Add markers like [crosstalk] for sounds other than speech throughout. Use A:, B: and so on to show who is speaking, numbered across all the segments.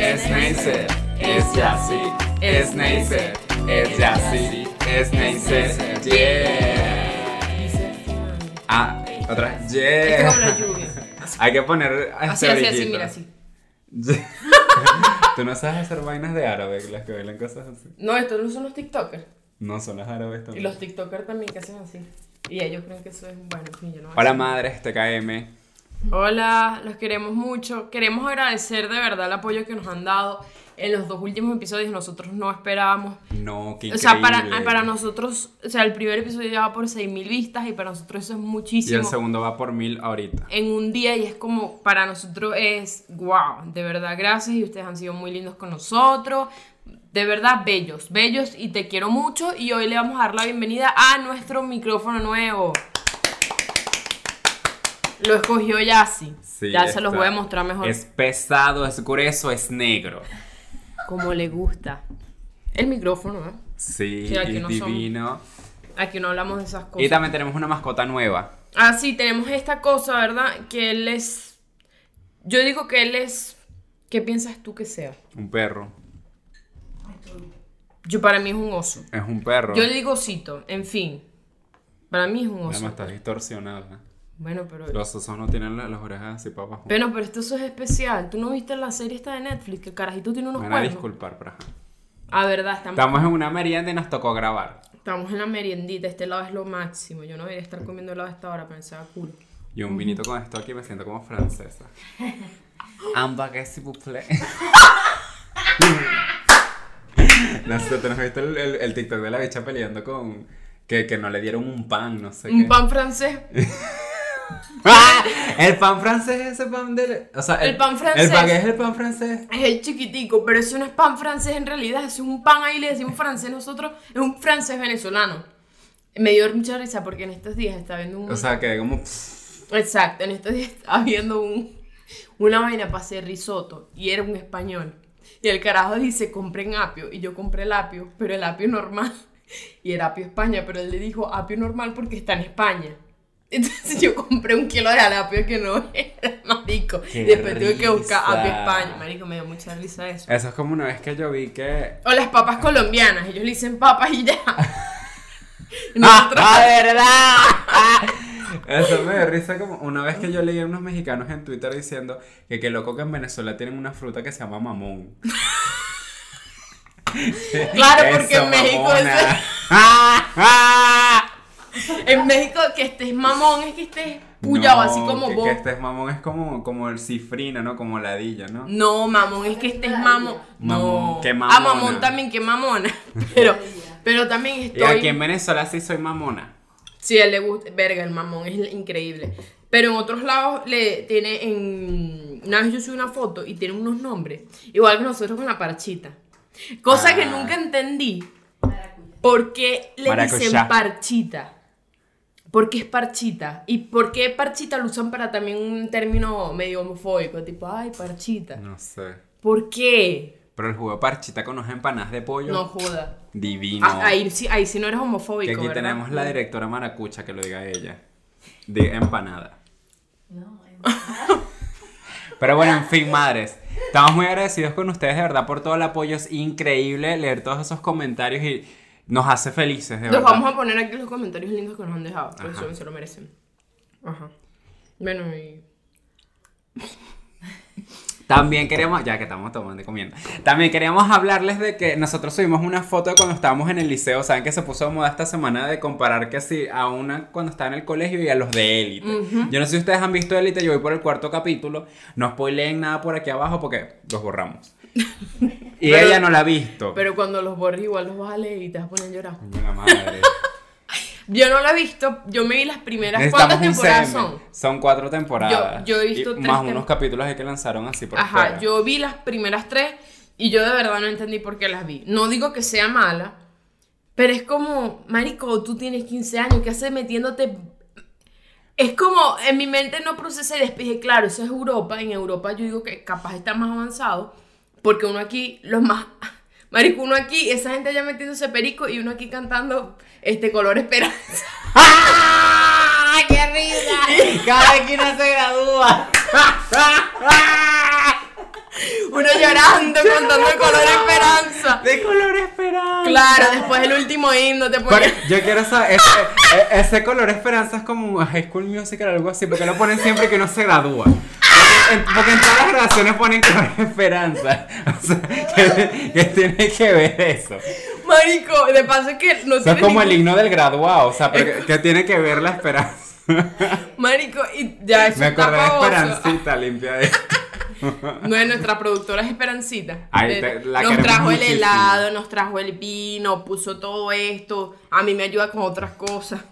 A: Neisser, es Yassi, es Neisser, es Yassi, es Neisser, yeah. Ah, otra, vez,
B: Este Es como
A: yeah.
B: la lluvia.
A: [laughs] Hay que poner
B: Así,
A: este
B: así, así,
A: orillito.
B: mira, así.
A: [laughs] Tú no sabes hacer vainas de árabe, las que bailan cosas así.
B: No, estos no son los TikTokers.
A: No son las árabes
B: Y
A: también.
B: los TikTokers también que hacen así. Y ellos creen que eso es un bueno, en fin, yo no voy a
A: Hola este madres, TKM.
B: Hola, los queremos mucho. Queremos agradecer de verdad el apoyo que nos han dado en los dos últimos episodios. Nosotros no esperábamos.
A: No, qué
B: O sea, para,
A: increíble.
B: para nosotros, o sea, el primer episodio ya va por 6.000 vistas y para nosotros eso es
A: Y
B: muchísimo.
A: el segundo va por mil ahorita.
B: En un día y es como, para nosotros es, wow, de verdad, gracias y ustedes han sido muy lindos con nosotros. De verdad, bellos, bellos y te quiero mucho y hoy le vamos a dar la bienvenida a nuestro micrófono nuevo. Lo escogió Yassi.
A: Sí,
B: ya se los
A: está.
B: voy a mostrar mejor.
A: Es pesado, es grueso, es negro.
B: Como le gusta. El micrófono, ¿eh?
A: Sí,
B: Sí, aquí
A: es
B: no somos.
A: divino.
B: Aquí no hablamos de esas cosas.
A: Y también tenemos una mascota nueva.
B: Ah, sí, tenemos esta cosa, ¿verdad? Que él es. Yo digo que él es. ¿Qué piensas tú que sea?
A: Un perro.
B: Yo para mí es un oso.
A: Es un perro.
B: Yo le digo osito, en fin. Para mí es un
A: Nada más
B: oso.
A: estás distorsionada.
B: Bueno, pero.
A: Los osos no tienen la- las orejas así para abajo.
B: Bueno, pero esto es especial. ¿Tú no viste la serie esta de Netflix? Que el carajito tiene unos
A: Me van a
B: cuernos.
A: disculpar, pero ajá.
B: Ah, verdad, estamos,
A: Estamos en una merienda y nos tocó grabar.
B: estamos en la meriendita. Este lado es lo máximo. Yo no debería estar comiendo helado a esta hora, pensaba culo.
A: Y un vinito con esto aquí me siento
B: [laughs]
A: como francesa. Un baguette, s'il vous plaît. no sé, ¿tú no has visto el, el- el TikTok de la bicha peleando con... Que, que no le dieron un pan, no sé qué.
B: Un pan francés.
A: ¡Ah! El pan francés es ese pan del... O sea,
B: El pan francés.
A: El baguette es el pan francés.
B: Es el chiquitico, pero eso no es pan francés en realidad, es un pan ahí, le decimos francés nosotros, es un francés venezolano. Me dio mucha risa porque en estos días estaba viendo un...
A: O sea, que como...
B: exacto, en estos días estaba viendo un, una vaina para hacer risotto y era un español. Y el carajo dice, compren apio, y yo compré el apio, pero el apio normal. [laughs] Y era apio España, pero él le dijo apio normal porque está en España. [laughs] Entonces yo compré un kilo de apio que no [laughs] era, marico.
A: Qué
B: Después tuve que buscar
A: risa.
B: apio España. Marico, me dio mucha risa eso.
A: Eso es como una vez que yo vi que...
B: O las papas colombianas, ellos le dicen papas y ya. Y
A: ¡Ah,
B: nosotros-
A: ah,
B: [laughs]
A: verdad! Eso me dio risa como una vez que yo leí a unos mexicanos en Twitter diciendo que qué loco que en Venezuela tienen una fruta que se llama mamón.
B: Claro, porque en México eso
A: mamona. [laughs]
B: es-
A: ¡Ah, ah!
B: En México que estés mamón es que estés puyao,
A: No,
B: así como
A: que,
B: vos.
A: Que este es mamón es como, como el cifrino, ¿no? Como ladilla, ¿no?
B: No, mamón, es que estés mamón. No.
A: Mamón, qué
B: Ah, mamón
A: mamona.
B: también, que mamona. [laughs] Pero, pero también
A: Y aquí en
B: estoy.
A: Venezuela sí soy mamona.
B: Sí, a él le gusta. Verga, el mamón es increíble. Pero en otros lados le tiene en. Una vez yo subí una foto y tiene unos nombres. Igual que nosotros con la parchita. Cosa que
A: Ah.
B: nunca entendí. ¿Por qué le
A: Maracuyá.
B: dicen parchita? ¿Por qué es parchita? ¿Y por qué parchita lo usan para también un término medio homofóbico? Tipo, ay, parchita.
A: No sé.
B: ¿Por qué?
A: Pero el jugo de parchita con unas empanadas de pollo.
B: No joda.
A: Divino.
B: Ah, Ahí, sí, ahí sí no eres
A: que
B: homofóbico.
A: aquí
B: ¿verdad?
A: tenemos la directora maracucha que lo diga ella. De empanada.
C: No, es-
A: [laughs] Pero bueno, en fin, madres. Estamos muy agradecidos con ustedes, de verdad, por todo el apoyo. Es increíble leer todos esos comentarios y nos hace felices, de
B: Los
A: verdad.
B: vamos a poner aquí en los comentarios lindos que nos han dejado. Por
A: Ajá.
B: eso se lo merecen. Ajá. Bueno, y.
A: También queremos, ya que estamos tomando y comiendo, también queríamos hablarles de que nosotros subimos una foto de cuando estábamos en el liceo. Saben que se puso de moda esta semana de comparar que sí a una cuando estaba en el colegio y a los de élite. Yo no sé si ustedes han visto élite, yo voy por el cuarto capítulo. No spoileen nada por aquí abajo porque los borramos. y
B: Pero-
A: ella no la ha visto.
B: Pero cuando los borres, igual los vas a leer y te vas a poner a llorar.
A: Coño,
B: [laughs]
A: la madre.
B: Yo no la he visto. Yo me vi las primeras.
A: Necesitamos
B: ¿Cuántas
A: un
B: temporadas
A: semen.
B: son?
A: Son cuatro temporadas.
B: Yo- yo he visto
A: Y
B: tres
A: Más
B: tem-
A: unos capítulos ahí que lanzaron así por
B: Ajá,
A: fuera.
B: yo vi las primeras tres y yo de verdad no entendí por qué las vi. No digo que sea mala, pero es como, marico, tú tienes 15 años, ¿qué haces metiéndote? Es como, en mi mente no procesé y después dije, claro, eso es Europa, en Europa yo digo que capaz está más avanzado, porque uno aquí, los más... [laughs] Marico, uno aquí, esa gente ya metiéndose perico y uno aquí cantando este color esperanza.
A: ¡Ah! ¡Qué risa! Cada vez que uno se gradúa.
B: Uno llorando, cantando de color esperanza.
A: De color esperanza.
B: Claro, después el último himno te
A: Porque
B: pones.
A: yo quiero saber, ese, e- ese color esperanza es como High School Musical o algo así, porque lo ponen siempre que uno se gradúa. Porque en, porque en todas las graduaciones ponen color esperanza. O sea, ¿qué, qué tiene que ver eso?
B: Marico, de paso es que no
A: O sea, es
B: tiene
A: como el
B: ningún-
A: himno del graduado, o sea, pero ¿qué- ¿qué tiene que ver la esperanza?
B: Marico, y ya eso
A: Me
B: está
A: acordé de
B: pavoso.
A: Esperancita limpia de...
B: No, es nuestra productora es Esperancita.
A: Ay,
B: De-
A: te- la
B: nos
A: queremos
B: trajo el
A: muchísimo.
B: helado, nos trajo el vino, puso todo esto. A mí me ayuda con otras cosas.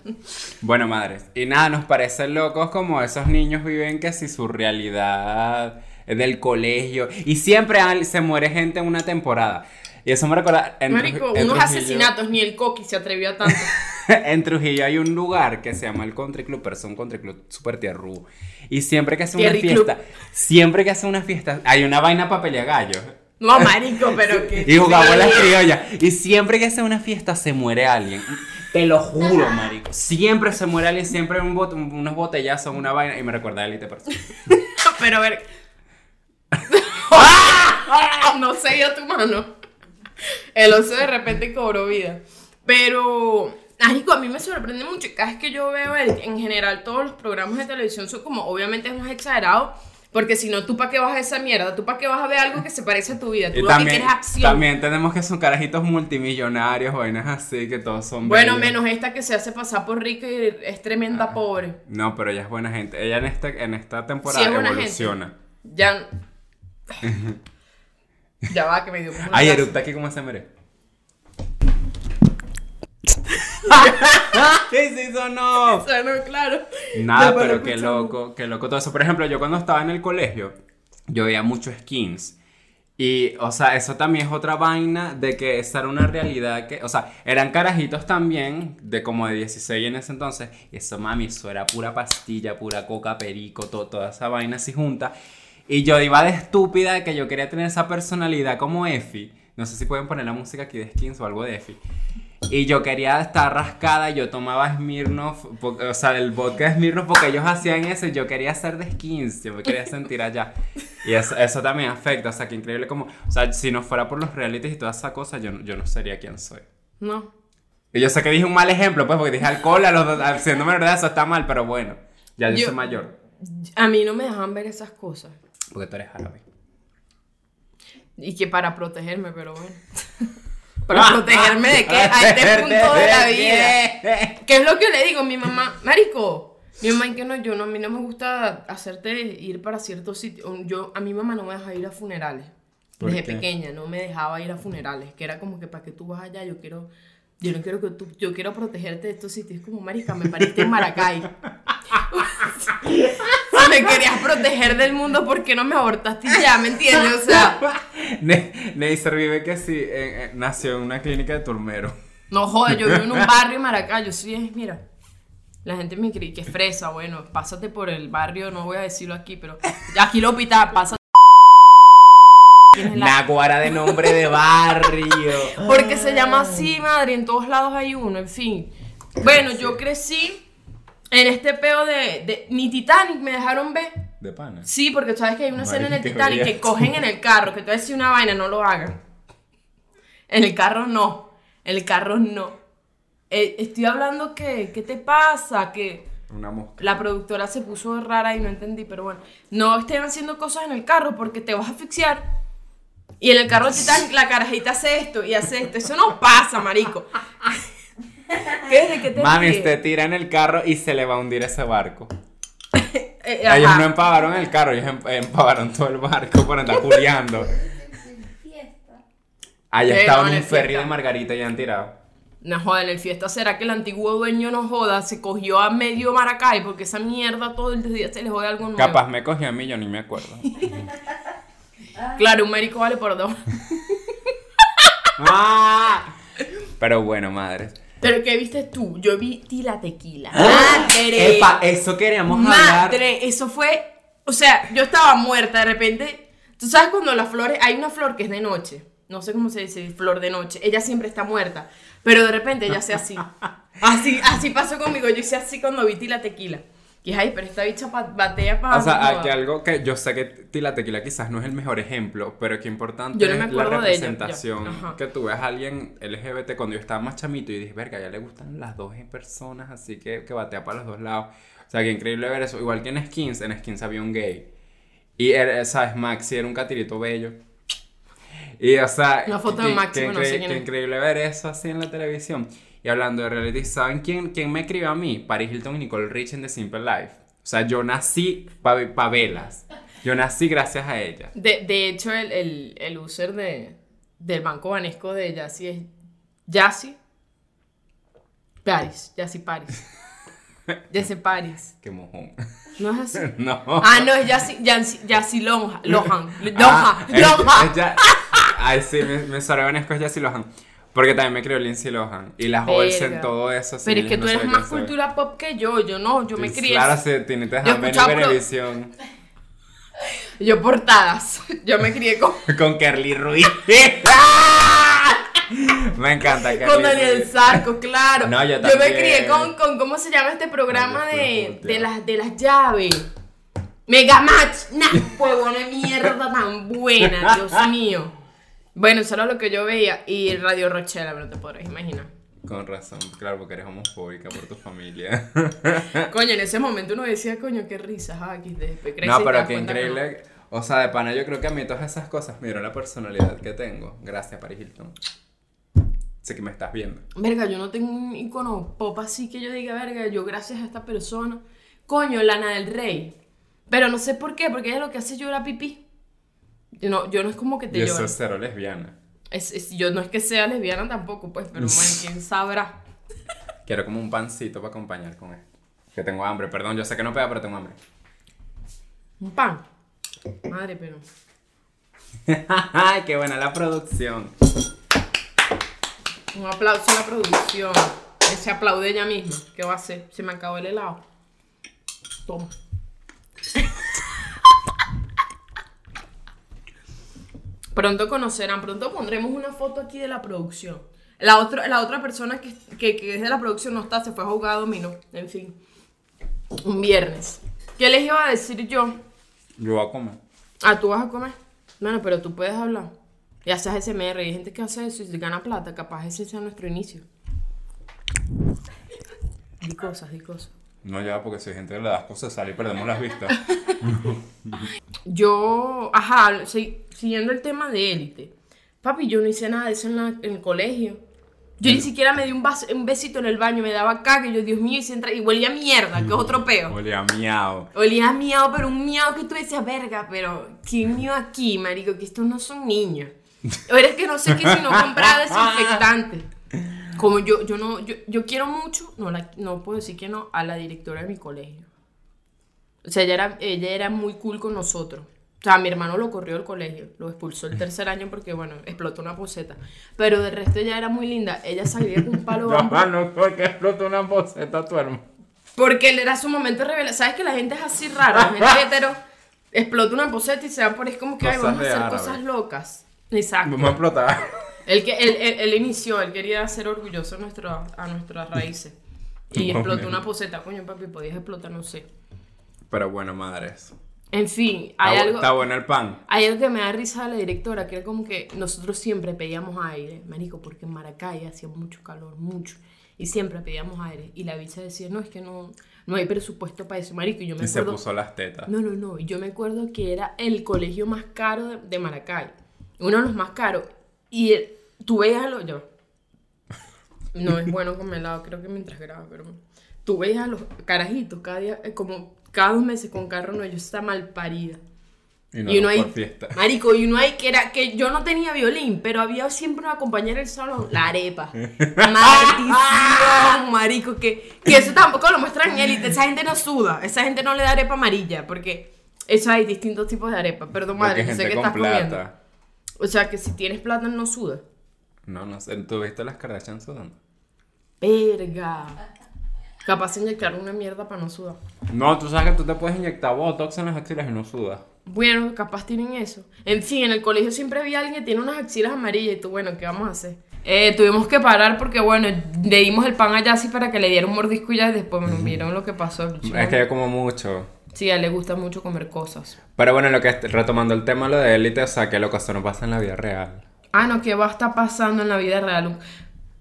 A: Bueno, madres. Y nada, nos parece locos como esos niños viven que si su realidad del colegio. Y siempre al- se muere gente en una temporada. Y eso me recuerda. en
B: Marico,
A: Truj- en
B: unos
A: Trujillo-
B: asesinatos, ni el coqui se atrevió a tanto.
A: [laughs] en Trujillo hay un lugar que se llama el Country Club, pero es un Country Club súper tierrú. Y siempre que hace una
B: Tierry Club.
A: fiesta, siempre que hace una fiesta, hay una vaina para pelear gallo.
B: No, marico, pero que.
A: Y jugamos las criollas. Y siempre que hace una fiesta se muere alguien. Te lo juro, marico. Siempre se muere alguien, siempre un bot- unos botellazos, una vaina. Y me recuerda a Elite Person.
B: [laughs] Pero a ver.
A: ¡Ah!
B: [laughs] no sé yo tu mano. El oso de repente cobró vida. Pero. Marico, a mí me sorprende mucho. Cada vez que yo veo el- en general todos los programas de televisión son como, obviamente es más exagerado. Porque si no, ¿tú para qué vas a esa mierda? ¿Tú para qué vas a ver algo que se parece a tu vida? Tú
A: Y
B: lo que
A: también,
B: quieres es acción.
A: también tenemos que son carajitos multimillonarios, vainas así, que todos son.
B: Bueno,
A: bellos.
B: menos esta que se hace pasar por rica y es
A: Ah.
B: tremenda pobre.
A: No, pero ella es buena gente. Ella en, este, en esta temporada
B: Sí, es buena
A: evoluciona. [laughs]
B: Ya. ya va, que me dio como una
A: Ay,
B: casa.
A: eructa aquí como se mere.
B: [laughs]
A: [laughs] ¿Qué se hizo no?
B: O sea, no, claro.
A: Nada,
B: Después lo
A: pero qué
B: escuchamos.
A: loco, qué loco todo eso. Por ejemplo, yo cuando estaba en el colegio, yo veía muchos skins. Y, o sea, eso también es otra vaina de que esa era una realidad que, o sea, eran carajitos también, de como de 16 en ese entonces, y eso, mami, eso era pura pastilla, pura coca, perico, to- toda esa vaina así junta. Y yo iba de estúpida de que yo quería tener esa personalidad como Effie. No sé si pueden poner la música aquí de skins o algo de Effie. Y yo quería estar rascada, yo tomaba Smirnoff, po- o sea, el vodka de Smirnoff porque ellos hacían eso y yo quería ser de skins, yo me quería sentir allá. Y eso, eso también afecta, o sea, que increíble como, o sea, si no fuera por los realities y toda esa cosa, yo, no- yo no sería quien soy.
B: No.
A: Y yo sé que dije un mal ejemplo, pues, porque dije alcohol a los dos, haciéndome verdad, eso está mal, pero bueno, ya yo,
B: Yo-
A: soy mayor,
B: A mí no me dejan ver esas cosas.
A: porque tú eres árabe.
B: Y que para protegerme, pero [laughs] bueno.
A: Ah,
B: ¿Para protegerme Ah, [laughs] de qué? A
A: [laughs]
B: este punto de la vida. ¿Qué es lo [laughs] que le digo a mi mamá? Marico, mi mamá y que no, yo no, a mí no me gusta hacerte ir para ciertos sitios. Yo, a mi mamá no me deja ir a funerales.
A: ¿Por
B: Desde
A: qué?
B: pequeña no me dejaba ir a funerales, que era como que para que tú vas allá, yo quiero, yo no quiero que tú, yo quiero protegerte de estos sitios. Es como, marica, me pariste en Maracay. [laughs] Si me querías proteger del mundo, ¿por qué no me abortaste y ya? ¿Me entiendes? O sea,
A: Ne- Neisser vive que sí, eh, eh, nació en una clínica de turmero.
B: no joder, yo vivo en un barrio en Maracay, yo soy, es- mira. La gente me cree que es fresa, bueno, pásate por el barrio, no voy a decirlo aquí, pero aquí lo pita, pásate. Tienes la-
A: Naguara de nombre de barrio.
B: Porque se llama así, madre, en todos lados hay uno, en fin. Bueno, yo crecí en este peo de, de mi Titanic, me dejaron ver.
A: De pana.
B: Sí, porque sabes que hay una escena en el
A: Marica,
B: Titanic
A: veas
B: que
A: tú.
B: cogen en el carro, que tú decís una vaina, no lo hagan. En el carro no, en el carro no. Eh, estoy hablando que, ¿qué te pasa? Que
A: Una mosca.
B: la productora se puso rara y no entendí, pero bueno. No estén haciendo cosas en el carro porque te vas a asfixiar. Y en el carro del Titanic la carajita hace esto y hace esto. Eso no pasa, marico. [laughs] ¿Qué de qué te
A: Mami,
B: ríes?
A: usted tira en el carro y se le va a hundir ese barco.
B: Eh, ajá.
A: Ellos no empavaron el carro, ellos em- empavaron todo el barco por andar culiando.
C: Fiesta.
A: Allá
B: Sí,
A: estaba
B: no,
A: en
B: en
A: un
B: el
A: ferry
B: fiesta.
A: de Margarita y han tirado.
B: No joda, en el fiesta será que el antiguo dueño no joda, se cogió a medio Maracay porque esa mierda todo el día se le jode algo nuevo.
A: Capaz me cogió a mí, yo ni
B: [laughs]
A: me acuerdo.
B: Claro, un médico vale por dos. [laughs]
A: ¡Ah! Pero bueno, madres.
B: Pero ¿qué viste tú? Yo vi ti la tequila. Madre.
A: ¿Ah? Epa, eso queríamos hablar.
B: Madre, eso fue. O sea, yo estaba muerta de repente. Tú sabes cuando las flores. Hay una flor que es de noche. No sé cómo se dice, flor de noche. Ella siempre está muerta.
A: [laughs]
B: Pero de repente ella hace así. Así, así pasó conmigo. Yo hice así cuando vi Ti la tequila. Y es, ay, pero esta bicha pa- batea para...
A: O sea, aquí algo que yo sé que ti- la tequila quizás no es el mejor ejemplo, pero que importante
B: Yo no me
A: es la
B: acuerdo de ella, ya.
A: representación
B: Ajá.
A: que tú ves a alguien LGBT cuando yo estaba más chamito y dije, verga, ya le gustan las dos personas, así que, que batea para los dos lados. O sea, que increíble ver eso. Igual que en Skins, en Skins había un gay. Y, era- ¿sabes? Maxi era un catirito bello. Y, o sea,
B: Una foto de
A: qué-
B: Maxi,
A: qué
B: bueno, no sé
A: incre-
B: quién
A: qué
B: es.
A: increíble ver eso así en la televisión. Y hablando de reality, ¿saben quién, quién me escribió a mí? Paris Hilton y Nicole Rich en The Simple Life. O sea, yo nací pa- pa' velas. Yo nací gracias a ella.
B: De, de hecho, el, el, el user de, del banco vanesco de Yassi es Yassi Paris. Yassi
A: [laughs]
B: Paris. Yassi Paris.
A: Qué mojón. [laughs]
B: ¿No es así?
A: No.
B: [laughs] Ah, no, es Yassi, Yansi- Yassi
A: [laughs]
B: Lonja- Lohan.
A: Ah,
B: Lohan.
A: es-
B: Lohan.
A: es ya- Ay, sí, me, me sorbenesco Jessy Lohan. Porque también me crió Lindsay Lohan. Y las bolsas en
B: Verga.
A: todo eso. este sí,
B: Pero es
A: ellos
B: que
A: no
B: tú eres
A: saben
B: más
A: qué hacer.
B: cultura pop que yo. Yo no, yo me
A: Sí,
B: crié.
A: Claro, sí, tiene te
B: Yo
A: dejan ver
B: escuchaba pro-
A: televisión.
B: Yo portadas. [laughs] Yo me crié con,
A: Con Kerly
B: [laughs]
A: Ruiz. [laughs] me encanta Kerly
B: con Daniel
A: Ruiz.
B: Sarco, claro.
A: No, yo
B: me
A: también.
B: crié con, con ¿cómo se llama este programa
A: No, yo estoy
B: de,
A: volteado.
B: de, las, de las llaves? Mega Match. Nah, huevón de mierda tan buena,
A: [laughs]
B: Dios mío. Bueno, eso era lo que yo veía. Y Radio Rochela, pero te podrás imaginar.
A: Con razón, claro, porque eres homofóbica por tu familia.
B: Coño, en ese momento uno decía, coño, qué risas. Ah, aquí después crecí y
A: Ah. no,
B: te
A: pero
B: das
A: qué
B: cuenta que no.
A: increíble. O sea, de pana, yo creo que a mí todas esas cosas me dieron la personalidad que tengo. Gracias, Paris Hilton. Sé que me estás viendo.
B: Verga, yo no tengo un icono pop así que yo diga, verga, yo gracias a esta persona. Coño, Lana del Rey. Pero no sé por qué, porque ella lo que hace es llorar pipí. Yo no, yo no es como que te
A: Yo soy
B: llora.
A: cero lesbiana.
B: Es- es- yo no es que sea lesbiana tampoco, pues, pero bueno, quién sabrá.
A: Quiero como un pancito para acompañar con esto. Que tengo hambre, perdón, yo sé que no pega, pero tengo hambre. [laughs]
B: Un pan. Madre, pero.
A: ¡Ay, qué buena la producción!
B: Un aplauso a la producción. Que se aplaude ella misma. ¿Qué va a hacer? Se me acabó el helado. Toma. [laughs] Pronto conocerán, pronto pondremos una foto aquí de la producción. La, otra la otra persona que, que, que es de la producción no está, se fue a jugar a dominó. En fin. Un viernes. ¿Qué les iba a decir yo?
A: Yo voy a comer.
B: Ah, tú vas a comer. Bueno, pero tú puedes hablar. Y haces SMR. Y hay gente que hace eso y se gana plata. Capaz ese sea nuestro inicio. Di cosas, di cosas.
A: No ya, porque si hay gente que le das cosas, sale y perdemos las vistas.
B: Yo, ajá, si- siguiendo el tema de élite. Papi, yo no hice nada de eso en, la- en el colegio. Yo ni siquiera me di un, bas- un besito en el baño, me daba caca, y yo, Dios mío, y, se entra, y huelía a mierda, que es otro peo.
A: Olía miau.
B: Olía a miau, pero un miau que tú decías, verga, pero ¿quién miau aquí, marico? Que estos no son niños. Ahora es que no sé qué si no compraba desinfectante. Como yo, yo no, yo, yo quiero mucho, no, la, no puedo decir que no, a la directora de mi colegio. O sea, ella era, ella era muy cool con nosotros. O sea, mi hermano lo corrió del colegio, lo expulsó el tercer año porque, bueno, explotó una poseta. Pero de resto ella era muy linda. Ella salía con un
A: [laughs]
B: palo
A: No,
B: bambú.
A: no, porque explotó una boceta a tu hermano.
B: Porque él era su momento de revelación. ¿Sabes que la gente es así rara? La gente
A: [laughs]
B: hetero explota una poseta y se va por es como que ay,
A: Cosas
B: vamos a
A: de
B: hacer
A: árabe.
B: cosas locas. Exacto.
A: Vamos a explotar.
B: Él, que, él, él- él inició, él quería ser orgulloso a, nuestro- a
A: [laughs]
B: nuestras raíces. Y
A: Más o
B: explotó
A: menos.
B: una poseta. Coño, papi, podías explotar, no sé.
A: Pero bueno, madres.
B: En fin,
A: Está
B: hay
A: bu-
B: algo.
A: Está bueno el pan.
B: Hay algo que me da risa de la directora, que era como que nosotros siempre pedíamos aire, marico, porque en Maracay hacía mucho calor, mucho, y siempre pedíamos aire. Y la bicha decía, no, es que no, no hay presupuesto para eso, marico, y yo me
A: Y se
B: acuerdo...
A: puso las tetas.
B: No, no, no, y yo me acuerdo que era el colegio más caro de, de Maracay, uno de los más caros, y el- tú veías a los... Yo, no es bueno comer helado, creo que mientras grabo, pero bueno. tú veías a los carajitos cada día, eh, como cada dos meses con carro, no, yo está mal parida.
A: Y no,
B: Y uno ahí,
A: por fiesta. [laughs]
B: marico, y uno ahí que era, que yo no tenía violín, pero había siempre una compañera del salón, la arepa. Maldición, marico, que, que eso tampoco lo muestran en élite, esa gente no suda, esa gente no le da arepa amarilla, porque eso hay distintos tipos de arepa, perdón
A: Porque
B: madre, yo sé
A: gente
B: que
A: con
B: estás comiendo.
A: plata.
B: O sea, que si tienes plata no suda.
A: No, no sé. ¿Tú viste las Kardashian sudando?
B: Verga. Capaz de inyectar una mierda para no sudar.
A: No, tú sabes que tú te puedes inyectar botox en las axilas y no sudas.
B: Bueno, capaz tienen eso. En fin, en el colegio siempre había alguien que tiene unas axilas amarillas y tú, bueno, ¿qué vamos a hacer? Eh, tuvimos que parar porque, bueno, le dimos el pan a Yassi para que le diera un mordisco y ya después, bueno, vieron lo que pasó. el chico.
A: Es que yo como mucho.
B: Sí, a él le gusta mucho comer cosas.
A: Pero bueno, lo que est- retomando el tema lo de élite, o sea, que lo que eso no pasa en la vida real.
B: Ah, no, ¿qué va a estar pasando en la vida real?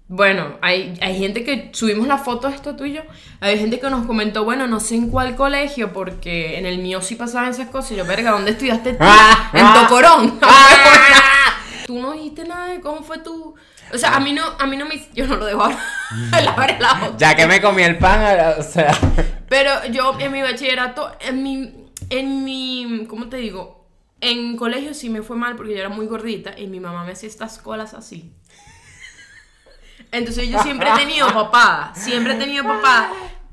B: Bueno, hay, hay gente que subimos la foto de esto tuyo. Hay gente que nos comentó, bueno, no sé en cuál colegio, porque en el mío sí pasaban esas cosas. Y yo, verga, ¿dónde estudiaste tú?
A: Ah,
B: en
A: ah,
B: Tocorón. [laughs]
A: ah.
B: tú no dijiste nada de cómo fue tu. O sea, a mí no, a mí no me. Yo no lo dejo hablar. [laughs] La verdad, la boca.
A: Ya que me comí el pan, o sea. [laughs]
B: Pero yo en mi bachillerato, en mi, en mi, ¿cómo te digo? En colegio sí me fue mal porque yo era muy gordita y mi mamá me hacía estas colas así. Entonces yo siempre he tenido papada, siempre he tenido papada,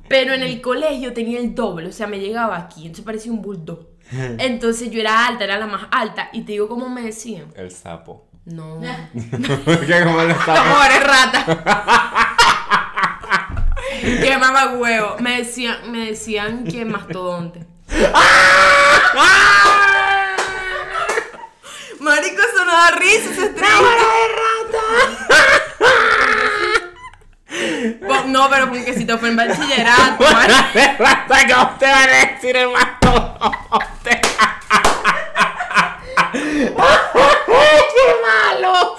B: pero en el colegio tenía el doble, o sea, me llegaba aquí, entonces parecía un bulldog. Entonces yo era alta, era la más alta y te digo cómo me decían.
A: El sapo. [laughs]
B: No.
A: que como los
B: [laughs]
A: sapos.
B: Amor, es rata. Qué mamá huevo. Me decían, me decían que mastodonte. ¡Ah! Marico, eso no da risa, eso es triste. Po- No, pero porque si te fue en
A: [laughs]
B: bachillerato, mar-
A: de rata que usted va a decir el mastodonte. ¡Qué malo!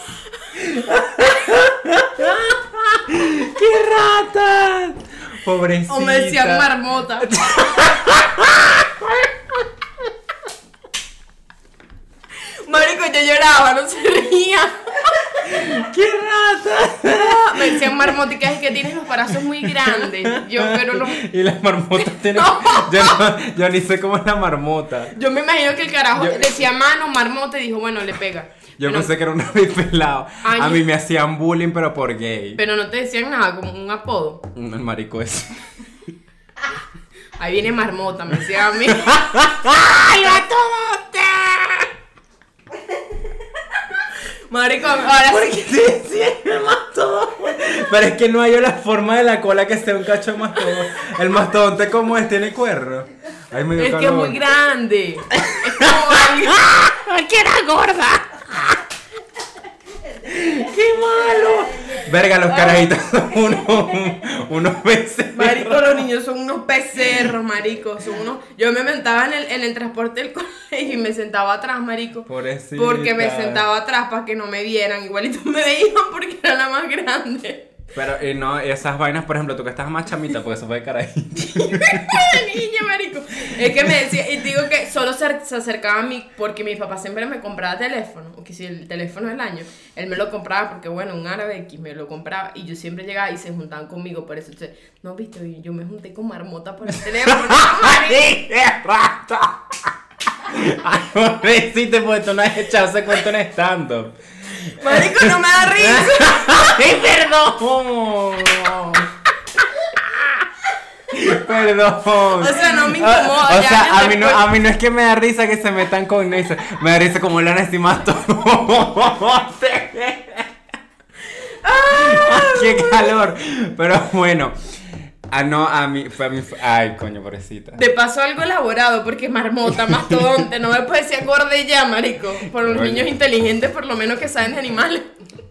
A: ¡Qué rata! Pobrecita.
B: o me decían marmota. Marico, yo lloraba, no se reía.
A: ¡Qué rata!
B: Me decían marmóticas es que tienes los brazos muy grandes. Yo, pero no.
A: Y
B: [laughs]
A: las marmotas tienen. Yo, no- yo ni sé cómo es la marmota.
B: Yo me imagino que el carajo
A: Yo-
B: decía mano, marmota, y dijo, bueno, le pega.
A: [laughs] Yo
B: pero,
A: pensé que era un pelado.
B: Ay,
A: A mí me hacían bullying, pero por gay.
B: pero no te decían nada, como un apodo.
A: El marico ese.
B: Ahí viene marmota, me decía a mí. [laughs]
A: ¡Ay, va todo!
B: Marico, ahora sí.
A: Sí, sí, es el mastodonte. Pero es que no hay la forma de la cola que sea un cacho de mastodonte. El mastodonte como es, tiene cuerno. Ay, me dio
B: Es que es
A: calor.
B: muy
A: [laughs]
B: grande. Es como algo-
A: ¡Que era
B: [laughs]
A: gorda! ¡Qué malo! Verga,
B: Ah.
A: los carajitos son unos, unos veces.
B: Marico, los niños son unos becerros, marico. Son unos... Yo me sentaba en el, en el transporte del [laughs] colegio y me sentaba atrás, marico.
A: Pobrecita.
B: Porque me sentaba atrás para que no me vieran. Igualito [laughs] me veían porque era la más grande. [laughs]
A: Pero, y no, esas vainas, por ejemplo, tú que estás más chamita, porque eso fue
B: [laughs]
A: de carajito.
B: niña, marico. Es que me decía, y te digo que solo se, se acercaba a mí porque mis papás siempre me compraba teléfono, o que si el teléfono del año, él me lo compraba porque, bueno, un árabe X me lo compraba y yo siempre llegaba y se juntaban conmigo, por eso, entonces, no, viste, yo me junté con marmota por el
A: [laughs]
B: teléfono. marico.
A: ¡Ay, qué rata! Ay, pobrecita, porque tú no has echado ese cuento en stand-up.
B: Marico, no me da risa.
A: ¡Ay, perdón! Perdón. Ah,
B: O sea, no me incomoda,
A: O
B: ya,
A: sea,
B: ya
A: a mí, no,
B: después.
A: a mí no es que me da risa que se metan con Neisa. Me da risa como le han estimado todo. [laughs] ¡Qué calor! Pero bueno. Ah, no, a mí, fue a mí. fue- Ay, coño, pobrecita.
B: [laughs] Te pasó algo elaborado porque marmota, mastodonte, no me puede decir acorde ya, marico. Por los
A: Coño.
B: niños inteligentes, por lo menos que saben de animales.
A: Pues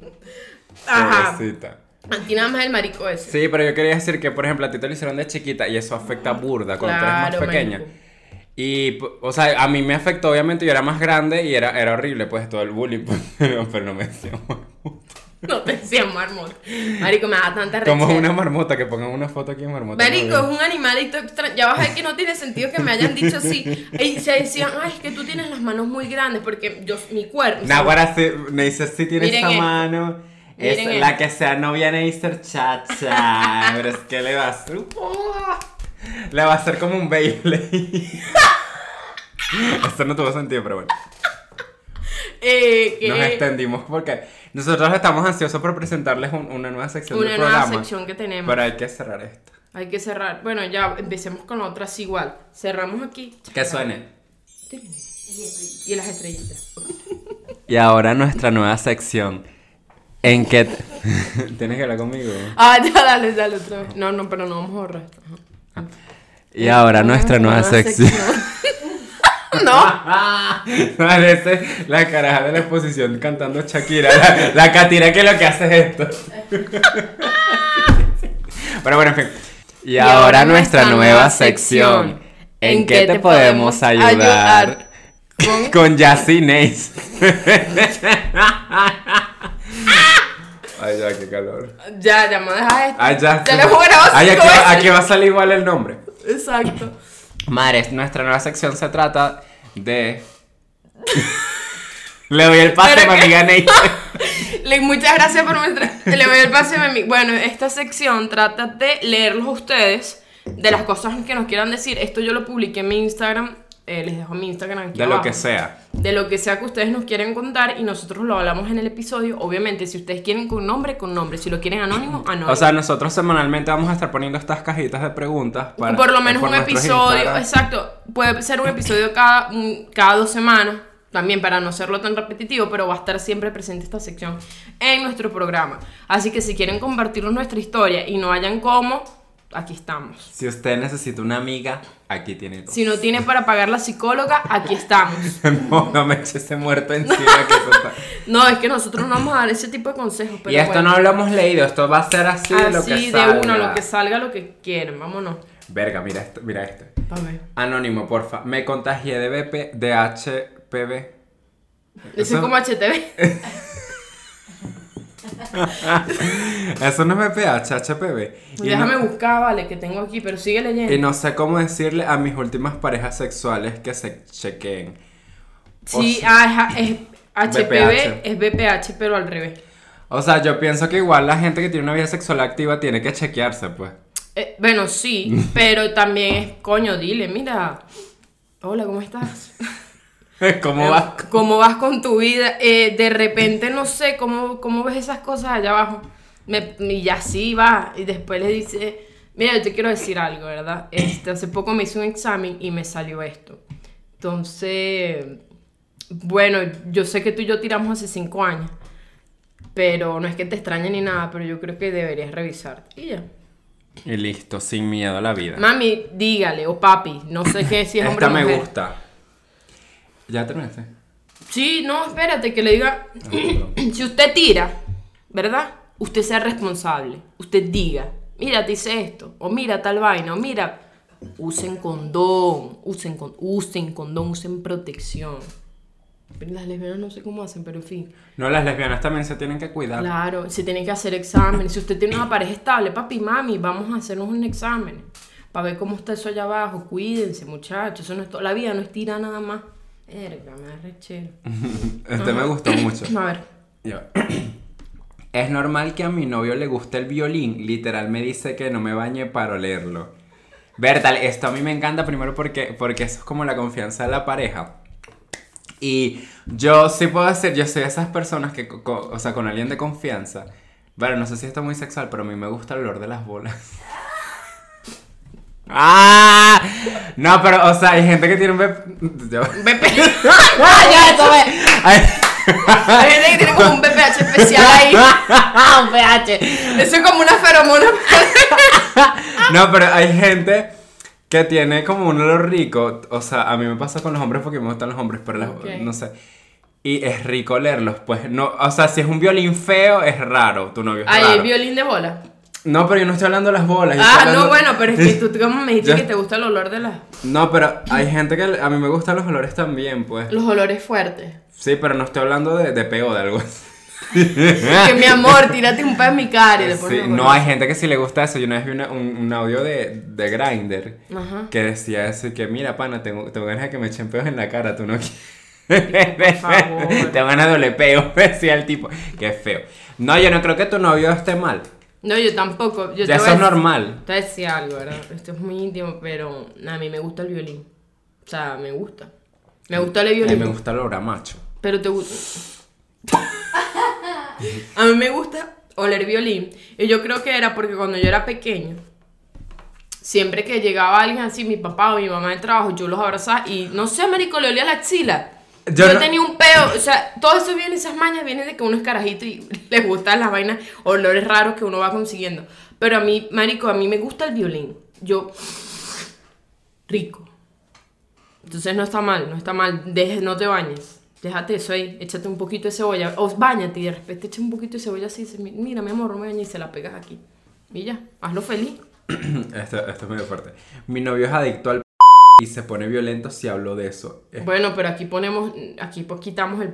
B: Ajá.
A: Pobrecita.
B: A ti nada más el marico ese.
A: Sí, pero yo quería decir que, por ejemplo, a ti te lo hicieron de chiquita y eso afecta burda cuando tú eres
B: Claro,
A: más pequeña.
B: marico.
A: Y, p- o sea, a mí me afectó, obviamente, yo era más grande y era, era horrible, pues, todo el bullying, [laughs] pues, pero, pero no me decían marmota.
B: No te decían marmota. Marico, me da tanta rechera.
A: Como una marmota, que pongan una foto aquí en marmota.
B: Marico, es
A: no,
B: un animalito extraño. Ya vas a ver que no tiene sentido que me hayan dicho así. Y se decían, ay, es que tú tienes las manos muy grandes porque yo, mi cuerpo.
A: Nahuara sí- Neisser sí tiene
B: Miren
A: esa
B: esto.
A: mano. Es
B: Miren
A: la
B: esto.
A: que sea novia Neisser, chacha. pero es que le va a hacer. Le va a hacer como un Beyblade. [laughs] Esto no tuvo sentido, pero bueno.
B: Eh, que
A: Nos extendimos porque nosotros estamos ansiosos por presentarles un- una nueva sección
B: una
A: del
B: nueva
A: programa.
B: sección que tenemos.
A: Pero hay que cerrar esto.
B: Hay que cerrar. Bueno, ya empecemos con la otra así igual. Cerramos aquí.
A: Que suene.
B: Y las estrellitas.
A: Y ahora nuestra nueva sección. ¿En qué? te- [laughs] Tienes que hablar conmigo.
B: Ah, [laughs] ya, dale, dale otra vez. No, no, pero no vamos a ahorrar. Ajá.
A: Y ahora nuestra nueva sección. [laughs]
B: no.
A: Parece Ah. este, la caraja de la exposición cantando Shakira. La, la catira que lo que hace es esto. [laughs] Pero bueno, en fin. Y, ahora, nuestra nueva sección. ¿En qué te podemos ayudar? [laughs]
B: Con-
A: Con Yassi [laughs] Neis. Ay, ya, qué calor.
B: Ya, ya me dejas esto.
A: Ay, ya.
B: Te lo juro,
A: Ay,
B: cinco
A: aquí, va-
B: veces.
A: aquí va a salir igual el nombre.
B: Exacto.
A: Madre, nuestra nueva sección se trata de. [laughs] Le doy el pase
B: ¿Pero
A: a mi
B: qué?
A: amiga Neis.
B: [laughs] Le- muchas gracias por nuestra. [laughs] Le voy el pase a mi. Bueno, esta sección trata de leerlos a ustedes de las cosas que nos quieran decir. Esto yo lo publiqué en mi Instagram. eh, les dejo mi Instagram aquí
A: De lo
B: abajo.
A: que sea.
B: De lo que sea que ustedes nos quieren contar y nosotros lo hablamos en el episodio. Obviamente, si ustedes quieren con nombre, con nombre. Si lo quieren anónimo, anónimo.
A: O sea, nosotros semanalmente vamos a estar poniendo estas cajitas de preguntas para.
B: por lo menos
A: por
B: un
A: nuestros
B: episodio,
A: Instagram.
B: exacto. Puede ser un episodio cada, un- cada dos semanas, también para no serlo tan repetitivo, pero va a estar siempre presente esta sección en nuestro programa. Así que si quieren compartirnos nuestra historia y no hayan cómo, aquí estamos.
A: Si usted necesita una amiga, aquí tiene dos.
B: Si no tiene para pagar la psicóloga, aquí estamos.
A: [laughs] no, no me eche ese muerto encima que eso está-
B: No, es que nosotros no vamos a dar ese tipo de consejos. [laughs] Pero
A: Y esto
B: bueno.
A: no lo hemos leído, esto va a ser así, lo que
B: Así de
A: salga.
B: uno, lo que salga, lo que quieran, vámonos.
A: Verga, mira esto, mira esto.
B: Pa' ver.
A: Anónimo, porfa. Me contagié de BP, de HPV.
B: Eso es como HTV.
A: Eso no es BPH, HPV. [laughs] Y
B: Déjame
A: no-
B: buscar, vale, que tengo aquí, pero sigue leyendo.
A: Y no sé cómo decirle a mis últimas parejas sexuales que se chequeen.
B: Sí,
A: O
B: ah, es, ha- es HPV,
A: BPH.
B: es BPH, pero al revés.
A: O sea, yo pienso que igual la gente que tiene una vida sexual activa tiene que chequearse, pues. [laughs]
B: Eh, bueno, sí, pero también es, coño, dile, mira. Hola, ¿cómo estás? Eh,
A: ¿Cómo va?
B: ¿Cómo vas con tu vida? Eh, de repente, no sé, ¿cómo, ¿cómo ves esas cosas allá abajo? Me, y así va. Y después le dice, mira, yo te quiero decir algo, ¿verdad? Este, hace poco me hice un examen y me salió esto. Entonces, bueno, yo sé que tú y yo tiramos hace cinco años. Pero no es que te extrañe ni nada, pero yo creo que deberías revisarte. Y ya.
A: Y listo, sin miedo a la vida.
B: Mami, dígale, o papi, no sé qué, si es hombre
A: Esta
B: o
A: me
B: mujer.
A: gusta. ¿Ya terminaste?
B: Sí, no, espérate, que le diga. [clears throat] si usted tira, ¿verdad? Usted sea responsable. Usted diga, mira, te hice esto. O mira tal vaina. O mira, usen condón. Usen, con- usen condón, usen protección. Pero Las lesbianas no sé cómo hacen, pero en fin.
A: No, las lesbianas también se tienen que cuidar.
B: Claro, se tienen que hacer exámenes. Si usted tiene una pareja estable, papi, mami, vamos a hacernos un examen. Para ver cómo está eso allá abajo. Cuídense, muchachos. Eso no es to- La vida no es tira nada más. Erga, me arrechero.
A: [laughs] Este me gustó mucho.
B: A ver.
A: Ya. [clears throat] Es normal que a mi novio le guste el violín. Literal me dice que no me bañe para olerlo. Bertal, esto a mí me encanta primero porque, porque eso es como la confianza de la pareja. Y yo sí puedo decir, yo soy de esas personas que, co- co- o sea, con alguien de confianza. Bueno, no sé si esto es muy sexual, pero a mí me gusta el olor de las bolas. [laughs] ¡Ah! No, pero, o sea, hay gente que tiene un... bep- [laughs] yo-
B: Pepe.
A: [laughs]
B: ah, ya, esto ve.
A: Ay.
B: Hay gente que tiene como un BPH especial [laughs] ahí. un PH. Eso es como una feromona.
A: No, pero hay gente que tiene como un olor rico. O sea, a mí me pasa con los hombres porque me gustan los hombres, pero las-
B: Ok.
A: no sé. Y es rico leerlos, pues no, o sea, si es un violín feo es raro, tu novio es
B: Ay, el
A: raro.
B: violín de bola.
A: No, pero yo no estoy hablando de las bolas. yo estoy
B: Ah, no,
A: hablando-
B: bueno, pero es que tú como me dijiste
A: Ya.
B: que te gusta el olor de las,
A: No, pero hay gente que a mí me gustan los olores también, pues.
B: los olores fuertes.
A: Sí, pero no estoy hablando de, de peo de algo. así.
B: Que
A: [laughs]
B: mi amor, tírate un pez en mi cara y le
A: Sí,
B: pones
A: no hay gente que sí le gusta eso. Yo una vez vi una- un, un audio de, de Grinder
B: Ajá.
A: que decía eso y que mira, pana, tengo, tengo ganas de que me echen peos en la cara, tú no quieres.
B: favor.
A: [laughs] Te van a doler peo, [laughs] decía el tipo. Qué feo. No, yo no creo que tu novio esté mal.
B: No, yo tampoco. Yo
A: ya
B: te voy
A: eso
B: a decir-
A: es normal.
B: Te voy a decir algo, ¿verdad? Esto es muy íntimo, pero a mí me gusta el violín. O sea, me gusta. Me gusta el
A: A
B: violín.
A: mí me gusta el olor a macho. [clears throat]
B: Pero te gusta. A mí me gusta oler violín. Y yo creo que era porque cuando yo era pequeño, siempre que llegaba alguien así, mi papá o mi mamá de trabajo, yo los abrazaba y no sé, Marico, le olía la axila.
A: Yo
B: Yo,
A: no-
B: tenía un peo, o sea, todo eso viene, esas mañas vienen de que uno es carajito y [laughs] les gustan las vainas, olores raros que uno va consiguiendo. Pero a mí, marico, a mí me gusta el violín. Yo, rico. Entonces no está mal, no está mal. Deje- no te bañes. Déjate eso ahí, échate un poquito de cebolla. O bañate y de repente echa un poquito de cebolla así. dices, "Mi- Mira, mi amor, no me bañes y se la pegas aquí. Y ya, hazlo feliz.
A: Esto, esto es muy fuerte. Mi novio es adicto al p- y se pone violento si hablo de eso. Es-
B: Bueno, pero aquí ponemos, aquí pues quitamos el p-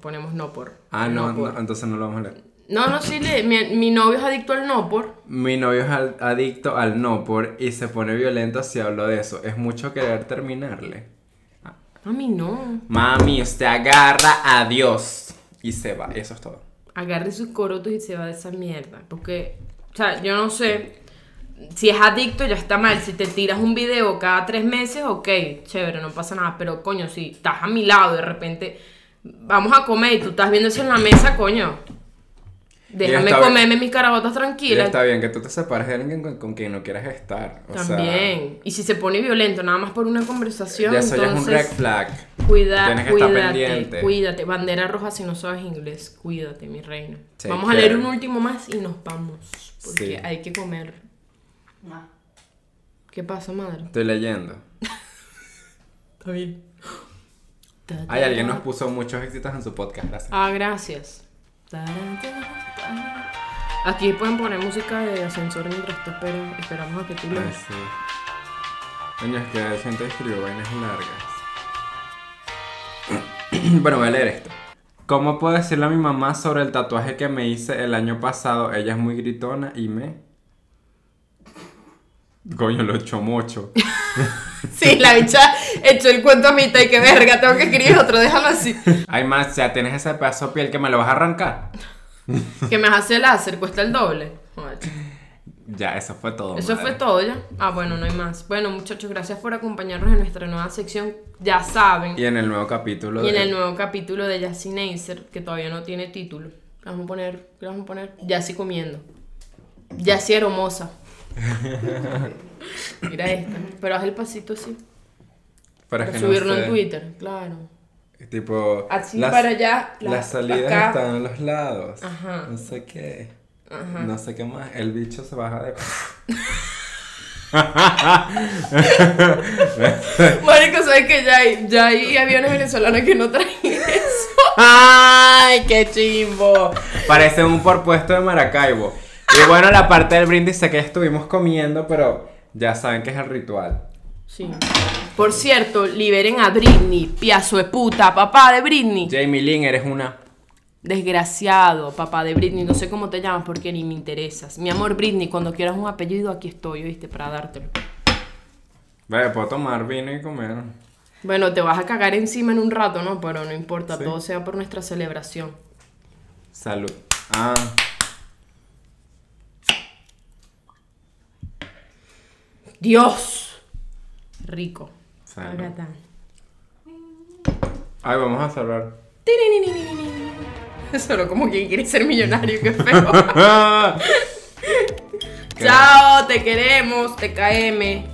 B: ponemos no por.
A: Ah, no,
B: por.
A: no, entonces no lo vamos a leer.
B: No, no, sí, le- mi, mi novio es adicto al no por.
A: Mi novio es al- adicto al no por y se pone violento si hablo de eso. Es mucho querer terminarle.
B: A mí no.
A: Mami, usted agarra a Dios y se va. Eso es todo.
B: Agarre sus corotos y se va de esa mierda. Porque, o sea, yo no sé. Si es adicto, ya está mal. Si te tiras un video cada tres meses, ok, chévere, no pasa nada. Pero, coño, si estás a mi lado de repente, vamos a comer y tú estás viendo eso en la mesa, coño. Déjame
A: está bien.
B: comerme mis carabotas
A: Y
B: tranquilas.
A: está bien que tú te separes de alguien con, con quien no quieras estar. O sea,
B: También. y si se pone violento, nada más por una conversación,
A: ya eso ya es un
B: entonces...
A: red flag.
B: Cuida,
A: Tienes que estar pendiente.
B: cuídate, cuídate. Bandera roja si no sabes inglés, cuídate, mi reina.
A: Take
B: vamos a leer
A: care.
B: un último más y nos vamos. Porque
A: Sí.
B: hay que comer.
C: No.
B: ¿Qué pasa, madre?
A: Estoy leyendo.
B: Está bien.
A: Ay, alguien nos puso muchos éxitos en su podcast. Gracias.
B: Ah, gracias. Aquí pueden poner música de ascensor mientras tú esperas- esperamos a que tú
A: Ay, [laughs]
B: leas.
A: sí. Coño, es que la gente escribió vainas largas. [clears throat] bueno, voy a leer esto. ¿Cómo puedo decirle a mi mamá sobre el tatuaje que me hice el año pasado? Ella es muy gritona y me. Coño, lo chomocho.
B: Sí, la bicha echó el cuento a mitad y que verga, tengo que escribir otro, déjalo así.
A: Ay, más, ya tienes ese pedazo de piel que me lo vas a arrancar.
B: Que me hace láser, cuesta el doble. Joder.
A: Ya, eso fue todo.
B: Eso
A: Oh, madre.
B: fue todo ya. Ah, bueno, no hay más. Bueno, muchachos, gracias por acompañarnos en nuestra nueva sección. Ya saben.
A: Y en el nuevo capítulo.
B: Y en
A: de-
B: el nuevo capítulo de Yassi Neisser, que todavía no tiene título. Le Vamos a poner, ¿qué le vamos a poner? Yassi comiendo. Yassi
A: [laughs]
B: hermosa. Mira esta. Pero haz el pasito así.
A: Para,
B: Para
A: que no
B: subirlo
A: se-
B: en Twitter, claro.
A: Tipo.
B: Así para allá, la-
A: las salidas
B: acá.
A: están a los lados.
B: Ajá.
A: No sé qué.
B: Ajá.
A: No sé qué más. El bicho se baja de.
B: [laughs] [laughs] Marico, ¿sabes que ya hay, ya hay aviones venezolanos que no traen
A: [laughs]
B: eso?
A: ¡Ay, qué chimbo! Parece un porpuesto de Maracaibo. Y bueno, la parte del brindis sé que estuvimos comiendo, pero ya saben que es el ritual.
B: Sí. Por cierto, liberen a Britney, piazo de puta, papá de Britney.
A: Jamie Lynn, eres una.
B: Desgraciado, papá de Britney, no sé cómo te llamas porque ni me interesas. Mi amor Britney, cuando quieras un apellido, aquí estoy, oíste, para dártelo.
A: Vale, puedo tomar vino y comer.
B: Bueno, te vas a cagar encima en un rato, ¿no? Pero no importa,
A: Sí.
B: todo sea por nuestra celebración.
A: Salud. Ah.
B: ¡Dios! Rico.
A: Salud.
B: Acá está.
A: Ay, vamos a cerrar. [laughs]
B: Tiririninininin. [laughs] Solo como quien quiere ser millonario, qué feo.
A: [laughs]
B: [laughs]
A: Qué
B: Chao, te queremos, te caeme.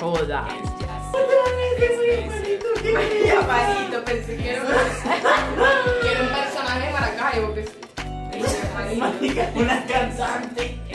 B: Joda. Llamadito, pensé que era [laughs] un- que era un personaje de Maracaibo. que-
D: Marica, una cantante.